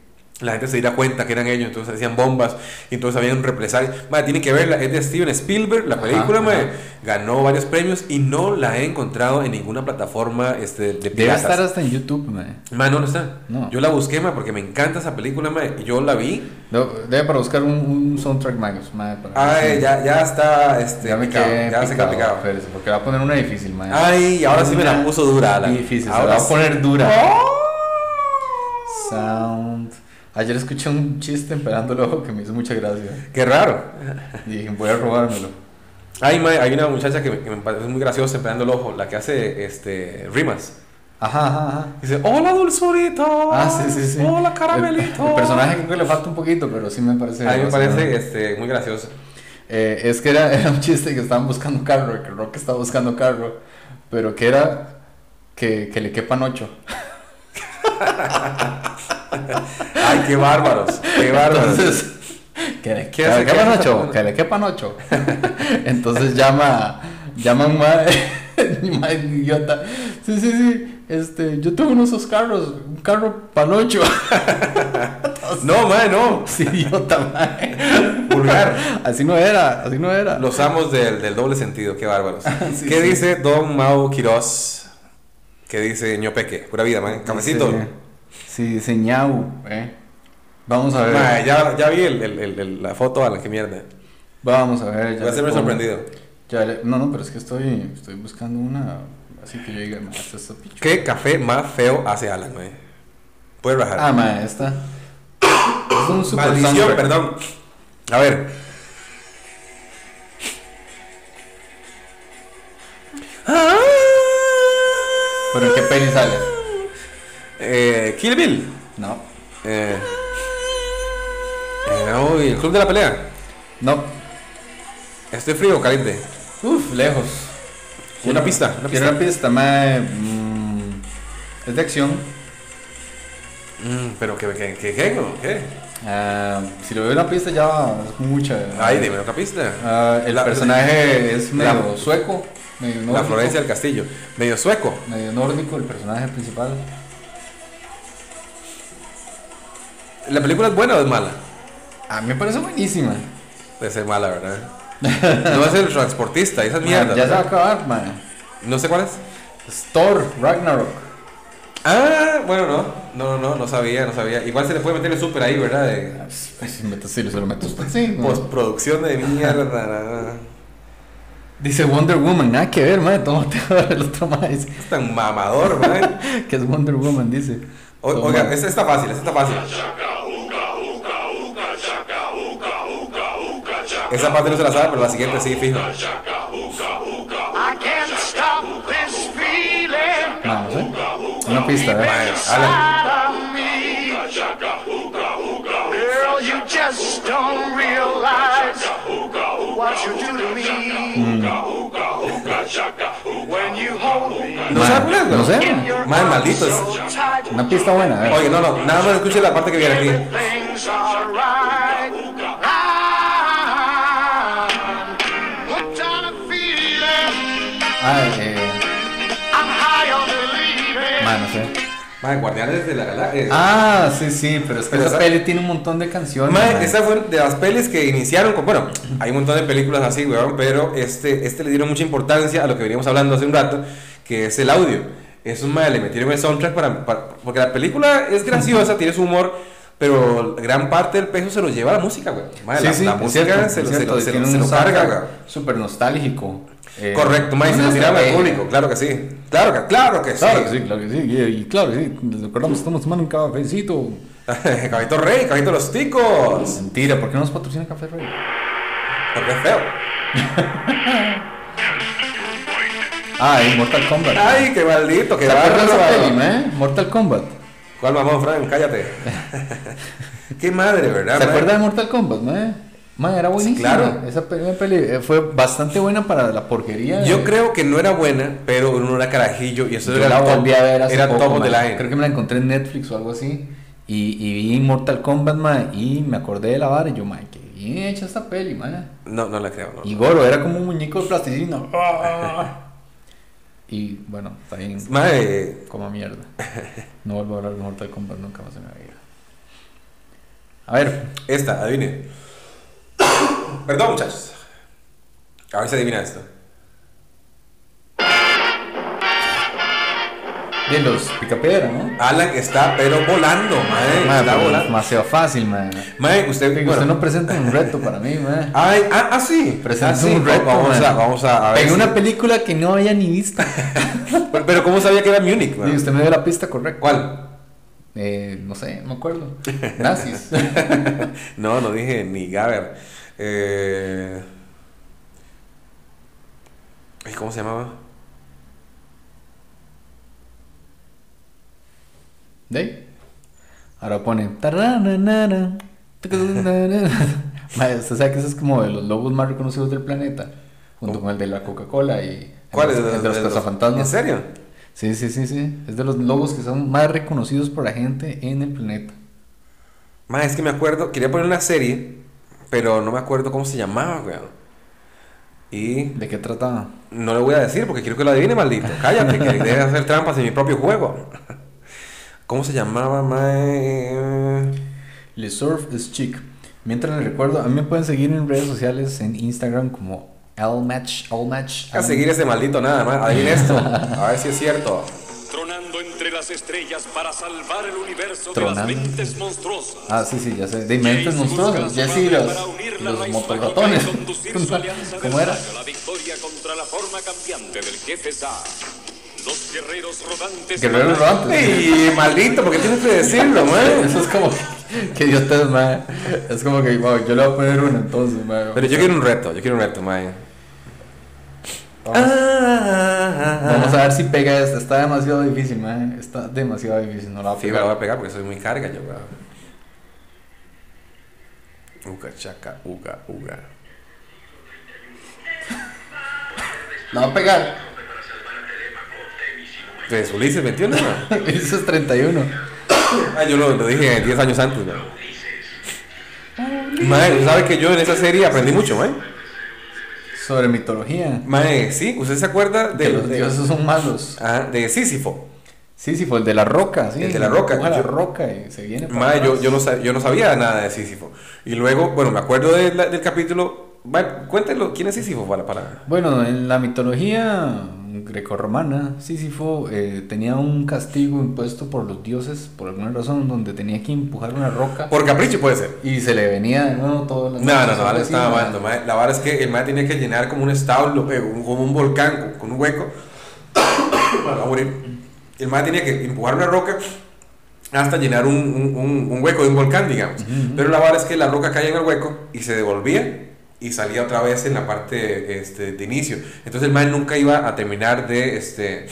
la gente se diera cuenta que eran ellos, entonces hacían bombas, y entonces habían represalias. Mae, tiene que verla, es de Steven Spielberg, la Ajá, película, ajá. mae, ganó varios premios y no la he encontrado en ninguna plataforma este, de Debe piratas. estar hasta en YouTube, man. Mae, no, no está. No. Yo la busqué, mae, porque me encanta esa película, mae, y yo la vi. Debe para buscar un, un soundtrack magos, mae, para- Ay, Ah, eh, ya, ya está, este, Ah, Ya me picado, quedé ya se quedó picado, picado. espérese, porque va a poner una difícil, mae. Ay, y ahora sí me la Una puso dura, Alan. Difícil, se ahora la va a sí. poner dura. Sound. Ayer escuché un chiste emperando el ojo que me hizo mucha gracia. Qué raro. Y dije, voy a robármelo. Ay, mae, hay una muchacha que me, que me parece muy graciosa esperando el ojo, la que hace este, rimas. Ajá, ajá, ajá. Dice, hola dulzurita. Ah, sí, sí, sí. Hola caramelito. El, el personaje creo que le falta un poquito, pero sí me parece. A mí me gracioso, parece ¿no? este, muy gracioso. Eh, es que era, era un chiste que estaban buscando carro, que Rock estaba buscando carro, pero que era que, que le quepan ocho. Ay, qué bárbaros. Qué bárbaros. Entonces, que le, ¿Qué que hace- le qué quepan hace esa ocho, persona? que le quepan ocho. Entonces llama, llama un madre, idiota. Sí, sí, sí, este, yo tuve uno de esos carros, un carro para ocho. no, mae, no. Sí, pues, idiota, mae. Vulgar. Así no era, así no era. Los amos del, del doble sentido, qué bárbaros. Sí, ¿Qué sí. dice Don Mau Quirós? ¿Qué dice ñopeque? Pura vida, man. Cafecito. Dice- Sí, dice ñau, eh. Vamos a ver. Mae, ya, ya vi el- el- el- el- la foto, Alan, qué mierda. Vamos a ver. ya Voy a le hacerme pongo. sorprendido. Ya le- no, no, pero es que estoy, estoy buscando una. Así que yo diga, "Ma, esta está pichu". ¿Qué café más feo hace Alan, mae? Puedes rajar. Ah, ma, esta. Es un super Maldición, soundtrack. perdón. A ver. Ah. ¿Pero en qué peli sale? Eh, Kill Bill. No. Eh, eh, uy, el club de la pelea. No. Estoy frío, o caliente. Uf, lejos. Una pista, una Quiero pista. una pista, ma. mm, es de acción. Mm, pero que, que, que, que, no, ¿qué? Ah, si le doy una pista ya es mucha. Ay, dime otra pista. Ah, el La- personaje es la- medio sueco, medio nórdico. La Florencia del Castillo. Medio sueco. Medio nórdico, el personaje principal. ¿La película es buena o es mala? A mí me parece buenísima. Debe ser mala, ¿verdad? No es el transportista, esas mierdas. Ah, ya se va a ¿verdad? acabar, man. No sé cuál es. Es Thor, Ragnarok. Ah, bueno, no. No, no, no, no sabía, no sabía. Igual se le puede meter el super ahí, ¿verdad? De pues, Si meto- si se lo meto usted. Sí, ma. postproducción de mierda. Dice Wonder Woman, nada que ver, man. Toma, te va a ver el otro más. Es tan mamador, man. Que es Wonder Woman, dice. O- Oiga, esta está fácil, esta está fácil. Esa parte no se la sabe, pero la siguiente sí, fijo. I can't stop this feeling. Ma, no sé. Una pista, ¿verdad? Mae, ala. Girl, you just don't realize what you do to me. When you hold me No Mae, se acuerda. no sé. in your Mae, arms malditos. so tight, Una pista buena, a ver. Oye, no, no, nada más escuche la parte que viene aquí. everything's alright. I'm hooked on a feeling, Ah, eh, I'm high on believing. mae, no sé. Mae, Guardianes de la Galaxia. Ah, sí, sí, pero es que Pero esa esa- peli tiene un montón de canciones. Eh, Mae, mae. esta fue de las pelis que iniciaron con. Bueno, hay un montón de películas así, weón, pero este, este le dieron mucha importancia a lo que veníamos hablando hace un rato, que es el audio. Es un mae, le metieron el soundtrack para, para- Porque la película es graciosa, tiene su humor, pero gran parte del peso se lo lleva la música, weón. Mae, Sí, la, sí, la es música cierto, se es lo, se cierto, lo- se lo- tiene se un lo carga, soundtrack weón. Súper nostálgico. eh, Correcto, mae, se una lo tiraron al estrategia. público, claro que sí. Claro que, claro que Claro que sí. sí, claro que sí. Y, y claro que sí, nos recordamos, estamos tomando un cafecito. Caballito Rey, Caballito Los Ticos. Mentira, ¿por qué no nos patrocina Café Rey? Porque es feo. Ah, y Mortal Kombat. Ay, qué maldito, qué ¿Te acuerdas de esa bárbaro. peli, mae? Mortal Kombat. ¿Cuál mamón, Frank? Cállate. Qué madre, ¿verdad? ¿Se man? acuerdas de Mortal Kombat, mae? Mae, era buenísima. Ah, claro. Esa peli, una peli, eh, fue bastante buena para la porquería. Yo de- creo que no era buena, pero uno era carajillo y eso Yo era la top- volví a ver hace Era poco, top of mae. the line. Creo que me la encontré en Netflix o algo así. Y, y vi Mortal Kombat, mae, y me acordé de la vara y yo, mae, qué bien hecha esta peli, mae. No, no la creo. no. Y Goro era como un muñeco de plasticina. Ah. y bueno, está bien. Mae, Como mierda. No vuelvo a hablar de Mortal Kombat nunca más en la vida. A ver, esta, adivine. Perdón, muchachos. A ver si adivina esto. de los picapiedra, ¿no? Alan está, pero volando, mae. Mae, está pero volando. demasiado fácil, man. Mae, usted. Usted bueno. no presenta un reto para mí, man. Ay, ah, ah, sí. Presenta Ah, sí. un reto, Vamos mae. a, vamos a, a ver. Pegué si- una película que no había ni visto. Pero, pero ¿cómo sabía que era Munich, mae? Y usted me dio la pista correcta. ¿Cuál? Eh, no sé, no me acuerdo. Nazis. No, no dije ni Gaber. Eh... ay, ¿Cómo se llamaba? ¿De? ahí? Ahora pone. tarananara, tacananara. Mae, usted sabe que ese es como de los lobos más reconocidos del planeta. Junto ¿Cómo? con el de la Coca-Cola y. ¿Cuál el es? de- el de los ¿En cazafantasmas? serio? Sí, sí, sí, sí. Es de los lobos que son más reconocidos por la gente en el planeta. Más es que me acuerdo, quería poner una serie, pero no me acuerdo cómo se llamaba, weón. Y ¿De qué trataba? no le voy a decir porque quiero que lo adivine, maldito. Cállate, que debes hacer trampas en mi propio juego. ¿Cómo se llamaba, mae? Le Surf is Chic. Mientras les recuerdo, a mí me pueden seguir en redes sociales, en Instagram como Lmatch, Lmatch. A seguir ese maldito nada más. Adivine esto. A ver si es cierto. Tronando entre las estrellas para salvar el universo Tronando. de las mentes monstruosas. Ah, sí, sí, ya sé. De mentes monstruosas. Ya sí, los, los motorratones. ¿Cómo era? La victoria contra la forma cambiante del jefe Sa. Los guerreros rodantes. Guerreros rodantes. Y maldito, porque tienes que decirlo, mae? Eso es como que yo te mae. Es como que wow, yo le voy a poner uno entonces, mae. Pero yo quiero un reto, yo quiero un reto, mae. Vamos a ver si pega esta. Está demasiado difícil, mae. Está demasiado difícil. No la va a Sí, me la voy pegar. a pegar porque soy muy carga yo, weón. Uga, chaca, uga, uga. La va a pegar. ¿Es Pues, Ulises 21? weón? Eso es 31. ah, yo lo, lo dije 10 años antes, weón. Mae, usted sabe que yo en esa serie aprendí mucho, mae. Sobre mitología. Mae, sí, ¿usted se acuerda Que de, los de- dioses son malos. ajá, de Sísifo? Sí, sí, fue el de la roca, sí. El de la roca. Coge la Yo- roca y se viene. para Mae, yo, atrás. yo, no sabía, yo no sabía nada de Sísifo. Y luego, bueno, me acuerdo de la- del capítulo. Mae, cuéntelo, ¿quién es Sísifo? Para, para. Bueno, en la mitología grecorromana, Sísifo eh, tenía un castigo impuesto por los dioses, por alguna razón, donde tenía que empujar una roca Por capricho puede ser. y se le venía de nuevo todo. No, no, no, ahora estaba mal. no, mae. La vara es que el mae tenía que llenar como un establo, eh, un- como un volcán, con- con un hueco. Bueno, va a morir. El mae tenía que empujar una roca hasta llenar un, un- un- un hueco de un volcán, digamos. Pero la vara es que la roca caía en el hueco y se devolvía y salía otra vez en la parte este, de inicio. Entonces el mae nunca iba a terminar de, este,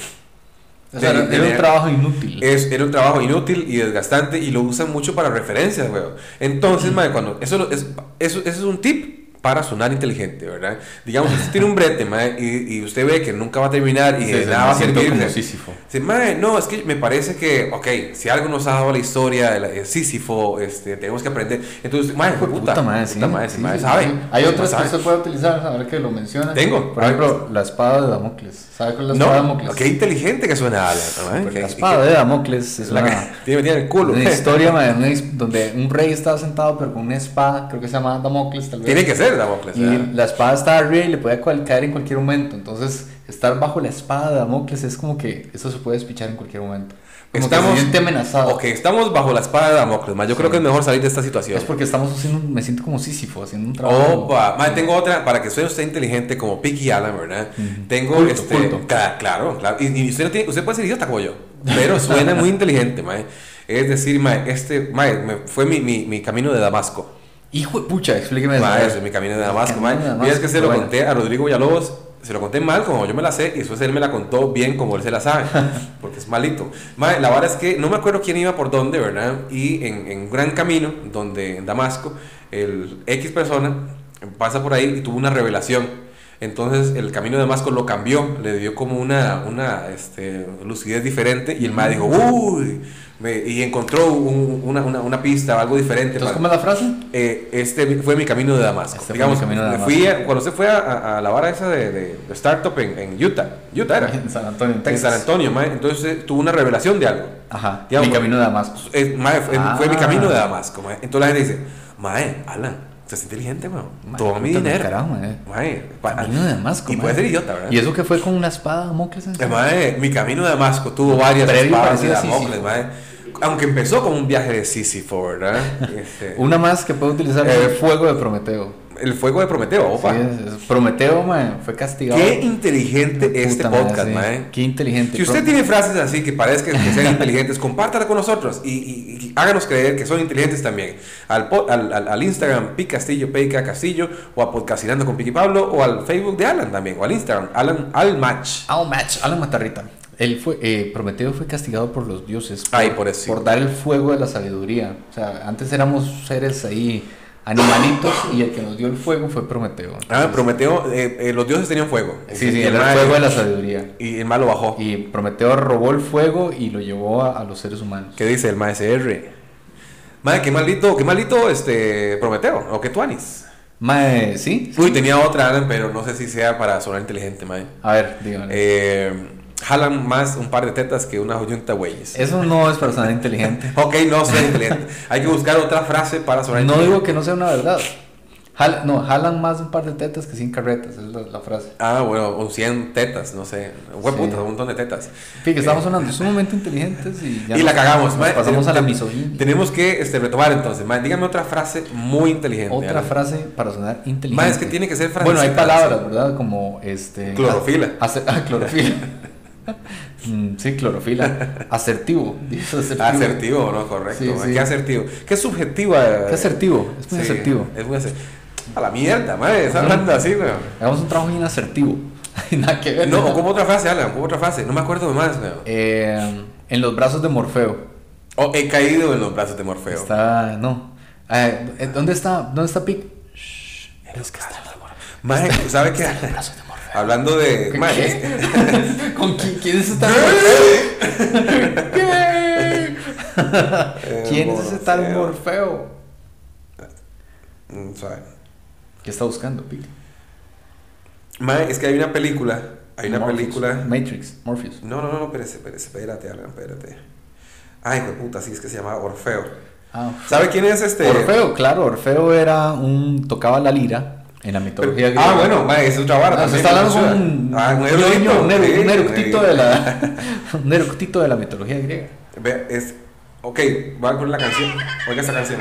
O sea, de- era, de- era un de- trabajo inútil. Es, era un trabajo inútil y desgastante y lo usan mucho para referencias, weón. Entonces, mae, cuando eso, lo- es, eso, eso es un tip para sonar inteligente, ¿verdad? Digamos, usted tiene un brete, mae, y, y usted ve que nunca va a terminar y Sí, de sí, nada me va a siento servir. como ¿sí? Sísifo. Dice, "Mae, no, es que me parece que, ok, si algo nos ha dado la historia de, la- de Sísifo, este, tenemos que aprender. Entonces, mae, Hijo de puta, puta mae, sí, mae, sí, mae, sí, sabe. sí. Hay mae, otras sabe. que se puede utilizar, ahora que lo mencionas. Tengo. Por ejemplo, la espada de Damocles. ¿Sabes cuál es la espada de No, Damocles? qué inteligente que suena Alan, mae, Porque que- la espada de Damocles es que- la que una, tiene metida en el culo. una historia mae, una his- donde un rey estaba sentado pero con una espada, creo que se llama Damocles tal vez. Tiene que ser Damocles. Y ¿verdad? la espada estaba arriba y le podía cual- caer en cualquier momento. Entonces, estar bajo la espada de Damocles es como que eso se puede despichar en cualquier momento. Como que se siente amenazado. Ok, estamos bajo la espada de Damocles, ma. Yo creo que es mejor salir de esta situación. Es porque estamos haciendo, un- me siento como Sísifo haciendo un trabajo. Opa, ma, tengo otra para que suene usted inteligente como Piggy Allen, ¿verdad? Tengo Culto, este. culto. cla- claro, claro. Y, y usted, no tiene- usted puede ser idiota como yo, pero suena muy inteligente, ma. Es decir, ma, este, ma, me- fue mi, mi- mi camino de Damasco. Hijo de pucha, explíqueme eso. Ma, eso, mi camino de Damasco, ma. Camino de Fíjate que Damasco, se lo bueno. conté a Rodrigo Villalobos, se lo conté mal como yo me la sé y después él me la contó bien como él se la sabe, porque es malito. Ma, la vara es que no me acuerdo quién iba por dónde, ¿verdad? Y en, en un gran camino, donde en Damasco, el X persona pasa por ahí y tuvo una revelación. Entonces el camino de Damasco lo cambió, le dio como una, una este, lucidez diferente y el ma dijo, uy, Me- y encontró un- una, una- una pista o algo diferente. para- Entonces, ¿cómo es la frase? eh, este fue mi camino de Damasco. Este fue Digamos, mi camino de me Damasco. fui a- cuando se fue a, a- a la vara esa de, de- de startup en, en Utah, Utah era, En San Antonio, en en Texas. San Antonio, mae. entonces eh, tuvo una revelación de algo. Ajá. Digamos, mi camino de Damasco. Eh, mae, fue, Ah. fue mi camino de Damasco. mae. Entonces la gente dice, Mae, Alan, estás inteligente, mae. Toma mi puta, dinero. carajo, mae. Mae, pa- Camino de Damasco. Y mae. puede ser idiota, ¿verdad? Y eso que fue con una espada de Damocles. Eh, mae, mi camino de Damasco tuvo varias Previo espadas de parecido a Sísifo. Damocles, mae. Aunque empezó como un viaje de Sísifo, ¿verdad? Este, Una más que puede utilizar Eh, es el fuego de Prometeo. el fuego de Prometeo, opa. Sí, es- es- Prometeo, man, fue castigado. Qué inteligente Puta este madre, podcast, sí. mae. Qué inteligente. Si usted Pro- tiene frases así que parezcan que sean inteligentes, compártala con nosotros y, y- y háganos creer que son inteligentes también. Al, po- al, al- al Instagram Pi Castillo, PK Castillo, o a Podcastinando con Piqui Pablo, o al Facebook de Alan también, o al Instagram, Alan Al Match. Ah, un match. Alan Matarrita. Él fue, eh, Prometeo fue castigado por los dioses Ay, por eso sí. por dar el fuego de la sabiduría. O sea, antes éramos seres ahí, animalitos, y el que nos dio el fuego fue Prometeo. Ah, Prometeo, eh, eh, los dioses tenían fuego. Sí, sí, Y el mal- fuego de la sabiduría. Y el malo bajó. Y Prometeo robó el fuego y lo llevó a, a los seres humanos. ¿Qué dice el maestro? Madre, qué maldito, qué maldito este Prometeo, o que Tuanis. Mae, sí. Uy, tenía otra, Alan, pero no sé si sea para sonar inteligente, madre. A ver, díganme. Eh, jalan más un par de tetas que una joyunta güeyes. Eso no es para sonar inteligente. Ok, no soy inteligente. Hay que buscar otra frase para sonar No inteligente. digo que no sea una verdad. Jal- no, jalan más un par de tetas que 100 carretas, es la, la frase. Ah, bueno, o 100 tetas, no sé. Hue Sí. puta, un montón de tetas. Fíjate que estamos hablando sumamente inteligentes y ya Eh. y la nos- cagamos. nos ma. pasamos a la Ten- misoginia. Tenemos que este, retomar entonces. ma. Dígame otra frase muy inteligente. Otra Alan. frase para sonar inteligente. Ma, es que tiene que ser Bueno, hay frasecita, palabras, sí. ¿verdad? Como este. Clorofila. ace- ah, clorofila. Mm, sí, clorofila. Asertivo. dice Asertivo, ¿no? Correcto. Sí, ma. sí. Qué asertivo. Qué subjetiva. Qué asertivo. Es muy Sí, asertivo. Es muy asertivo. A la mierda, madre. Está hablando así, weón. Hagamos un trabajo bien asertivo. Nada que ver. No, o como otra frase, Alan, como otra frase. No me acuerdo de más, weón. Eh, en los brazos de Morfeo. Oh, he caído en los brazos de Morfeo. Está, no. Eh, eh, ¿Dónde está? ¿Dónde está Pic? Shh, es que está Mae, ¿sabe qué? Hablando de. mae, es- ¿Qué? ¿Con quién, quién es ese tal Morfeo? ¿Qué? ¿Quién es ese tal Eh, Morfeo. Morfeo? Mm, suave. ¿Qué está buscando, Pic? Mae, es que hay una película. Hay una Morpheus. película. Matrix, Morpheus. No, no, no, no, espérese, espérese, espérate, Alan, espérate. Ay, hijo de puta, sí, es que se llamaba Orfeo. Ah, ¿Sabe quién es este? Orfeo, claro, Orfeo era un. tocaba la lira en la Pero- mitología griega. ah, bueno, mae, es otra vara. Ah, se también, está hablando conocida. con un, Ah, un un erudito, ñoño, un eru- sí, un eructito sí. de la. un eructito de la mitología griega. Ve, es. Ok, va con la canción. Oiga esta canción.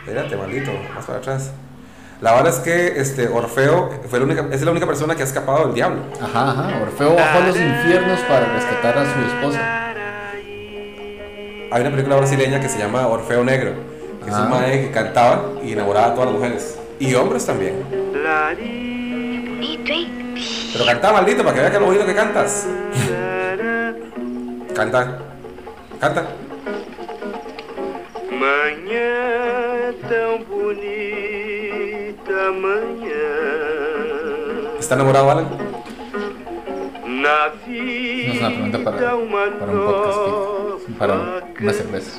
Espérate, maldito, más para atrás. La verdad es que este Orfeo fue la única, es la única persona que ha escapado del diablo. Ajá, ajá. Orfeo bajó a los infiernos para rescatar a su esposa. Hay una película brasileña que se llama Orfeo Negro, que es Ah. un mae que cantaba y enamoraba a todas las mujeres. Y hombres también. La di, Pero cantaba maldito para que vea que lo bonito que cantas. Canta. Canta. Manhã tão bonita, manhã. ¿Está enamorado Alan? Na No es una vida, pregunta para, uma para un podcast, Pete. para nova una cerveza.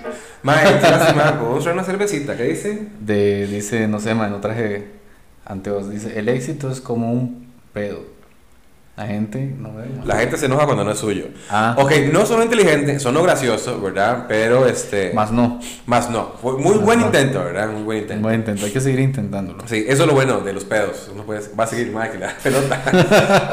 Mae, ¿qué hace, mae? ¿Podemos traer una cervecita? ¿Qué dice? De, dice, no sé, man, no traje anteojos. Dice, el éxito es como un pedo. La gente no ve. man. La gente se enoja cuando no es suyo. Ah. Ok, no sonó inteligente, sonó gracioso, ¿verdad? Pero este. Más no. más no. Fue muy Más buen no. intento, ¿verdad? Muy buen intento. Buen intento, hay que seguir intentándolo. Sí, eso es lo bueno de los pedos. Uno puede, va a seguir mal que la pelota.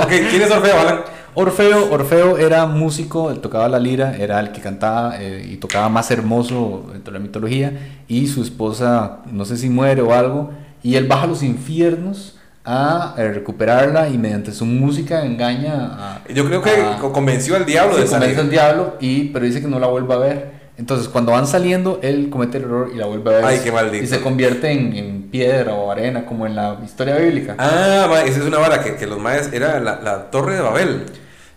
ok, ¿quién es Orfeo, Alan? Orfeo, Orfeo era músico, él tocaba la lira, era el que cantaba eh, y tocaba más hermoso dentro de la mitología, y su esposa, no sé si muere o algo, y él baja a los infiernos a eh, recuperarla y mediante su música engaña a... Yo creo que a- co- convenció al diablo se de salir. convence Ah. al diablo, y, pero dice que no la vuelva a ver. Entonces cuando van saliendo, él comete el error y la vuelve a ver. Ay, qué maldito. Y se convierte en, en piedra o arena, como en la historia bíblica. Ah, mae, esa es una vara que, que los mayas era la, la torre de Babel.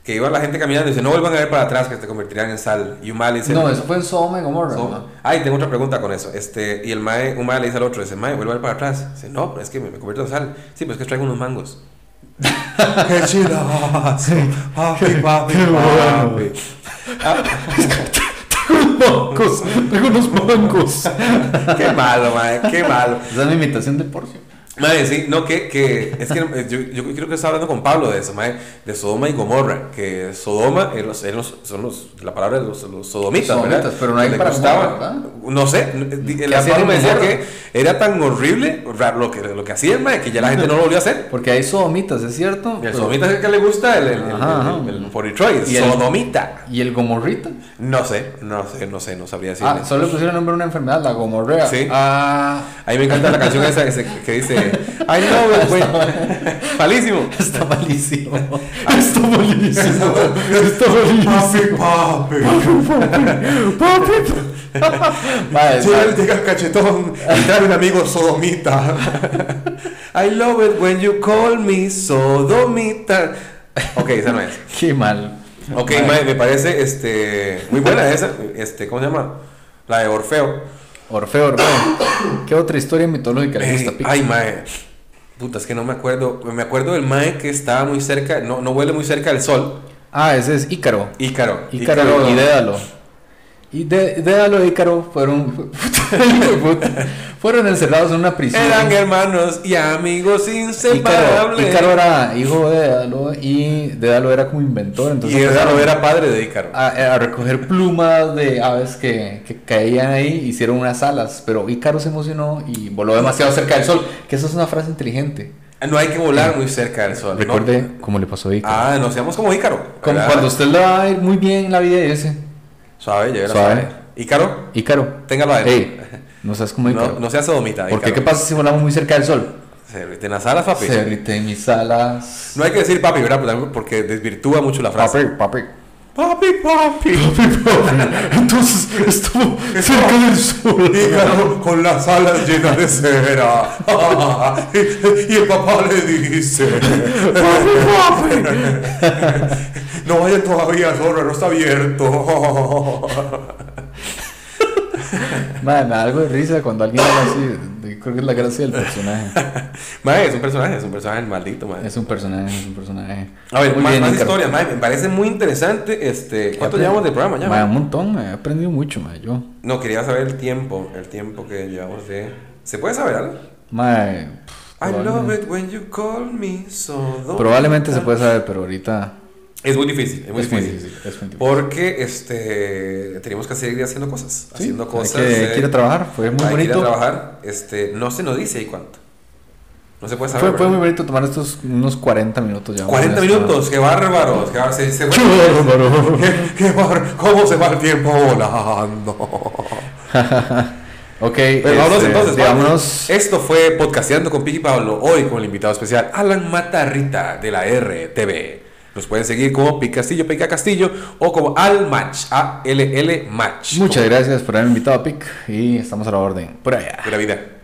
Que iba la gente caminando y dice, no vuelvan a ver para atrás que te convertirán en sal. Y un mal dice, no, eso fue en Sodoma y Gomorra. So- ¿no? Ay, tengo otra pregunta con eso. Este, y el mae, un mae le dice al otro, dice, mae, vuelve a ver para atrás. Dice, no, pero es que me, me convierto en sal. Sí, pero es que traigo unos mangos. ¡Qué chido! ¡Papi, papi, papi! Ah. mocos, tengo unos mocos. ¡Qué malo, mae! ¡Qué malo! Esa es mi imitación de Porcio. Mae, sí, no, que, que es que eh, yo, yo creo que estaba hablando con Pablo de eso, mae, de Sodoma y Gomorra, que Sodoma eran los, eran los- son los, la palabra de los, los sodomitas, Sodomitas, ¿verdad? pero no hay Que le para gustaba- Gomorra, ¿verdad? No sé, el ¿Qué hacían Pablo me en decía Gomorra? que era tan horrible ra- lo que, lo que hacían, mae, que ya la gente no lo volvió a hacer. Porque hay sodomitas, ¿es cierto? Y el Pero- sodomita es el que le gusta, el, el, el, Ajá, el- el- ajá. el 43, Y el- sodomita. ¿Y el gomorrita? No sé, no sé, no sé, no sabría decirle. Ah, solo le pusieron nombre a una enfermedad, la gomorrea. Sí. Ah, A mí me encanta la canción esa ese que dice, ay no, Ah, güey, malísimo. está malísimo. está malísimo. está malísimo. papi. Vale, Llega, llega el cachetón y trae un amigo sodomita. I love it when you call me sodomita. Ok, esa no es. Qué mal. Ok, Vale. mae, me parece este, muy buena esa. Este, ¿Cómo se llama? La de Orfeo. Orfeo, Orfeo. ¿Qué otra historia mitológica le Ey, gusta, Pico? Eh, ay, mae. Puta, es que no me acuerdo. Me acuerdo del mae que estaba muy cerca, no, no huele muy cerca del sol. Ah, ese es Ícaro. Ícaro. Ícaro y Dédalo. Y de, Dédalo e Ícaro fueron, fueron encerrados en una prisión. Eran hermanos y amigos Ícaro, inseparables. Ícaro era hijo de Dédalo y Dédalo era como inventor. Y Entonces Ícaro empezaron era padre de Ícaro. a, a recoger plumas de aves que, que caían ahí, hicieron unas alas. Pero Ícaro se emocionó y voló demasiado cerca del sol. Que eso es una frase inteligente. Ah, No hay que volar muy cerca del sol. ¿no? Recuerde cómo le pasó a Ícaro. Ah, no seamos como Ícaro. como ¿verdad? cuando usted le va a ir muy bien en la vida y dice: Suave, yo era suave. Suave. Ícaro, Ícaro, téngalo adentro. Ey, no seas como Ícaro. No, no seas sodomita. Porque qué Ícaro. pasa si volamos muy cerca del sol? Se derrite en las alas, papi. Se derrite mis alas. No hay que decir papi, ¿verdad? Porque- Porque desvirtúa mucho la frase. Papi, papi. Papi, papi. Entonces estuvo cerca del sol. Ícaro con las alas llenas de cera. y el papá le dice: No vaya todavía, zorro, no está abierto. Madre, me da algo de risa cuando alguien habla así. Yo Creo que es la gracia del personaje. Mae, es un personaje, es un personaje maldito, mae. Es un personaje, es un personaje. A ver, Muy más, bien, más Ícaro. historias, mae, me parece muy interesante. Este, ¿Cuánto llevamos de programa ya? Madre, mae? un montón, me he aprendido mucho, madre. Yo, No, quería saber el tiempo, el tiempo que llevamos de... ¿Se puede saber algo? madre. I love probablemente, it when you call me so probablemente se puede saber, pero ahorita. Es muy difícil, es muy es muy difícil. difícil. Es muy difícil. Porque este, tenemos que seguir haciendo cosas. Sí, haciendo hay cosas. que- eh, hay que ir a trabajar, fue muy hay que ir a bonito. trabajar. Este, no se nos dice ahí cuánto. No se puede saber. Fue, fue muy ¿verdad? bonito tomar estos unos 40 minutos ya. 40 Esto. minutos, qué bárbaros. Qué bárbaros. Se, se ¡Qué fue- bárbaro! qué- qué bár- ¿Cómo se va el tiempo volando? ok, Pero vámonos este, entonces, Eh, vámonos. vámonos. Esto fue Podcasteando con Piqui Pablo, hoy con el invitado especial Alan Matarrita de la RTV. Nos pueden seguir como Picastillo, Pica Castillo o como Al Match, A-L-L Match. Muchas gracias por haberme invitado, Pic, y estamos a la orden. Por allá. Buena vida.